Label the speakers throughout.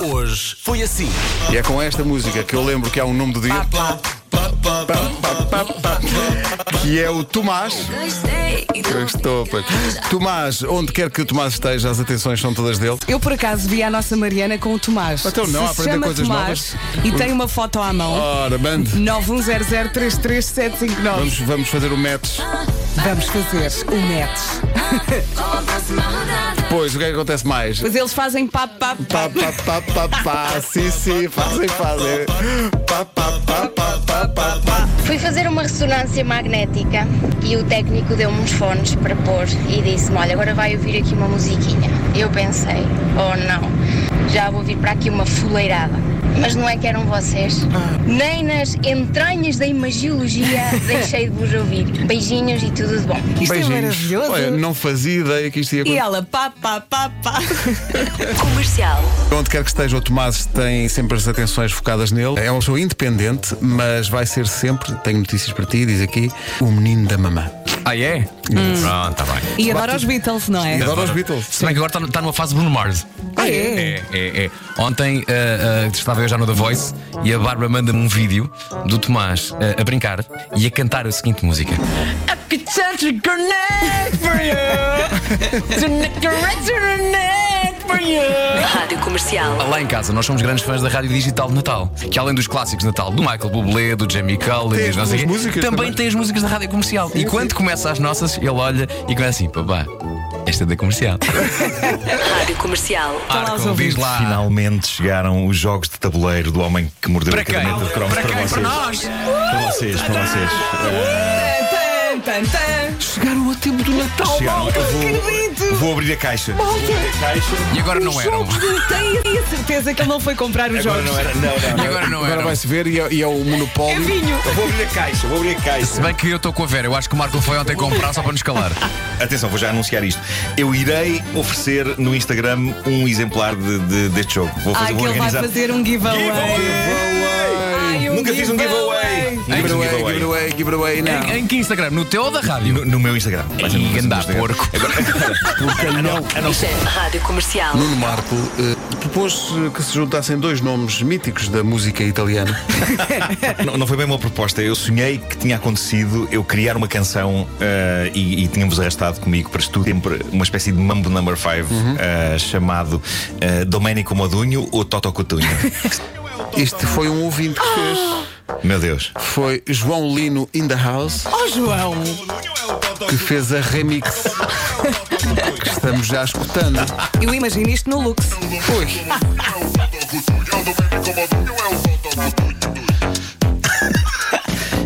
Speaker 1: hoje foi assim.
Speaker 2: E é com esta música que eu lembro que há um nome do dia. Que é o Tomás. Eu estou, pois. Tomás, onde quer que o Tomás esteja, as atenções são todas dele.
Speaker 3: Eu por acaso vi a nossa Mariana com o Tomás.
Speaker 2: Então não,
Speaker 3: Se
Speaker 2: aprender
Speaker 3: chama
Speaker 2: coisas
Speaker 3: Tomás
Speaker 2: novas.
Speaker 3: E tem uma foto à mão.
Speaker 2: Ora, bando.
Speaker 3: 910033759.
Speaker 2: Vamos, vamos fazer o match.
Speaker 3: Vamos fazer o match.
Speaker 2: Pois, o que é que acontece mais?
Speaker 3: Mas eles fazem papo, papo,
Speaker 2: Pá,
Speaker 3: papo.
Speaker 2: pá, pá, pá, pá, sim, sim, fazem, fazem. Pá, pá, pá, pá, pá, pá, pá.
Speaker 4: Fui fazer uma ressonância magnética e o técnico deu-me uns fones para pôr e disse-me: Olha, agora vai ouvir aqui uma musiquinha. Eu pensei: Oh não, já vou vir para aqui uma fuleirada. Mas não é que eram vocês. Nem nas entranhas da imagiologia deixei de vos ouvir. Beijinhos e tudo de bom.
Speaker 3: Isto é
Speaker 2: Beijinhos.
Speaker 3: maravilhoso.
Speaker 2: Olha, não fazia ideia que isto ia acontecer.
Speaker 3: E ela, pá, pá, pá, pá.
Speaker 5: Comercial.
Speaker 2: Onde quer que esteja, o Tomás tem sempre as atenções focadas nele. É uma pessoa independente, mas vai ser sempre, tenho notícias para ti, diz aqui, o menino da mamã.
Speaker 6: Ah, é? Pronto, tá bem.
Speaker 3: E adora os Beatles, não é?
Speaker 2: E adora os Beatles.
Speaker 6: Se bem que agora está numa fase Bruno Mars.
Speaker 3: Ah, é?
Speaker 6: É, é, é. Ontem ah, ah, estava eu já no The Voice e a Bárbara manda-me um vídeo do Tomás ah, a brincar e a cantar a seguinte música.
Speaker 5: Rádio Comercial.
Speaker 6: Lá em casa, nós somos grandes fãs da rádio digital de Natal, que além dos clássicos de Natal, do Michael Bublé, do Jamie
Speaker 2: Tem
Speaker 6: Collins,
Speaker 2: as
Speaker 6: não sei
Speaker 2: tuas
Speaker 6: quê,
Speaker 2: músicas
Speaker 6: também,
Speaker 2: também.
Speaker 6: tem as músicas da rádio comercial. e quando começa as nossas, ele olha e começa assim: papá, esta é da comercial.
Speaker 5: Rádio Comercial.
Speaker 3: aos
Speaker 6: Marco, diz
Speaker 3: ouvintes.
Speaker 6: lá.
Speaker 7: Finalmente chegaram os jogos de tabuleiro do homem que mordeu
Speaker 6: Para
Speaker 7: a
Speaker 6: quem?
Speaker 7: caderneta de cromos
Speaker 6: Para
Speaker 7: para,
Speaker 6: quem? Para
Speaker 7: vocês.
Speaker 6: nós?
Speaker 7: Para vocês, para vocês.
Speaker 3: Tan, tan, tan.
Speaker 6: Chegaram ao tempo do Natal.
Speaker 7: Chegaram, eu vou, vou abrir a caixa. Vou abrir a caixa.
Speaker 6: E agora
Speaker 3: Os
Speaker 6: não eram.
Speaker 3: jogos, eu tenho a certeza que ele não foi comprar os
Speaker 7: Agora
Speaker 3: jogos.
Speaker 7: não era, não, não.
Speaker 6: E agora não
Speaker 2: Agora
Speaker 6: eram.
Speaker 2: vai-se ver e é, e é o
Speaker 3: É
Speaker 2: monopólio.
Speaker 3: vinho.
Speaker 7: Eu Vou abrir a caixa, vou abrir a
Speaker 6: Se
Speaker 7: caixa.
Speaker 6: bem que eu estou com a Vera, eu acho que o Marco foi ontem comprar só para nos calar.
Speaker 7: Atenção, vou já anunciar isto. Eu irei oferecer no Instagram um exemplar de, de- deste jogo. Vou
Speaker 3: Ai,
Speaker 7: fazer,
Speaker 3: Ah, que
Speaker 7: vou
Speaker 3: ele vai
Speaker 7: organizar.
Speaker 3: fazer um giveaway. Ai, um
Speaker 7: Nunca fiz um giveaway. Nunca fiz um
Speaker 2: Giveaway,
Speaker 7: giveaway.
Speaker 2: giveaway, giveaway, não.
Speaker 6: Em, em que Instagram? No teu ou da rádio?
Speaker 7: No, no meu Instagram. Vai ser no meu
Speaker 6: Ei, ganda
Speaker 7: Instagram.
Speaker 6: porco.
Speaker 7: Agora, agora, não, a não
Speaker 5: Isto é Rádio Comercial.
Speaker 2: Nuno Marco eh, propôs eh, que se juntassem dois nomes míticos da música italiana.
Speaker 7: Não, não foi bem uma proposta. Eu sonhei que tinha acontecido eu criar uma canção eh, e, e tínhamos arrastado comigo para estudo sempre uma espécie de mambo number five eh, chamado eh, Domenico Modunho ou Toto Cotunho.
Speaker 2: Este foi um ouvinte que fez.
Speaker 7: Meu Deus.
Speaker 2: Foi João Lino in the house
Speaker 3: Oh, João.
Speaker 7: é
Speaker 2: que fez a remix. que estamos já escutando.
Speaker 3: Eu imagino isto no Lux.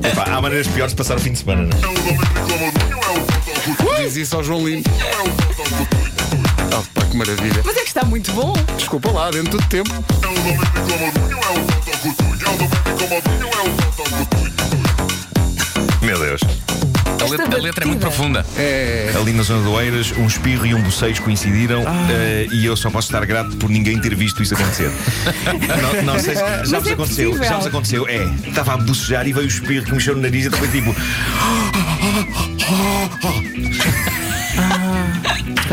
Speaker 7: Epá, há maneiras piores de passar o fim de semana, não é?
Speaker 2: Diz isso ao João Lino. Ah, pá, que maravilha.
Speaker 3: Mas é que está muito bom.
Speaker 2: Desculpa lá, dentro do tempo.
Speaker 7: Meu Deus.
Speaker 6: A letra, a letra é muito profunda.
Speaker 7: Ali na zona do Eiras, um espirro e um bocejo coincidiram
Speaker 6: Ah.
Speaker 7: eh, e eu só posso estar grato por ninguém ter visto isso acontecer. não, não sei se já vos
Speaker 3: é
Speaker 7: aconteceu. Já
Speaker 3: possível.
Speaker 7: vos aconteceu. É, estava a bocejar e veio o espirro que mexeu no nariz e depois tipo.
Speaker 2: Está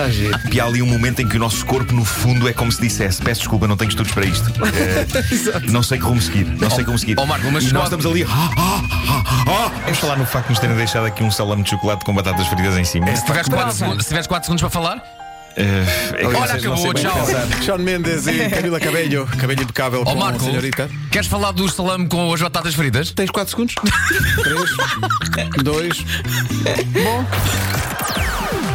Speaker 2: Tá giro.
Speaker 7: E há ali um momento em que o nosso corpo, no fundo, é como se dissesse: Peço desculpa, não tenho estudos para isto. Eh, não sei que rumo seguir. Não sei como seguir.
Speaker 6: oh, Marco, mas
Speaker 7: e nós
Speaker 6: pode-
Speaker 7: estamos ali. "Ah, ah, ah, ah." Vamos falar no facto de nos terem deixado aqui um salame de chocolate com batatas fritas em cima.
Speaker 6: Se tiveres 4 segundos, se tiveres quatro segundos para falar,
Speaker 7: É Eh, é que
Speaker 6: Olha,
Speaker 7: vocês não
Speaker 6: acabou,
Speaker 7: sabem
Speaker 6: tchau.
Speaker 7: pensar.
Speaker 2: Sean Mendes e Camila Cabello. Cabello impecável
Speaker 6: ó
Speaker 2: com
Speaker 6: Marco,
Speaker 2: a senhorita.
Speaker 6: queres falar do salame com as batatas fritas?
Speaker 2: Tens 4 segundos? 3, 2,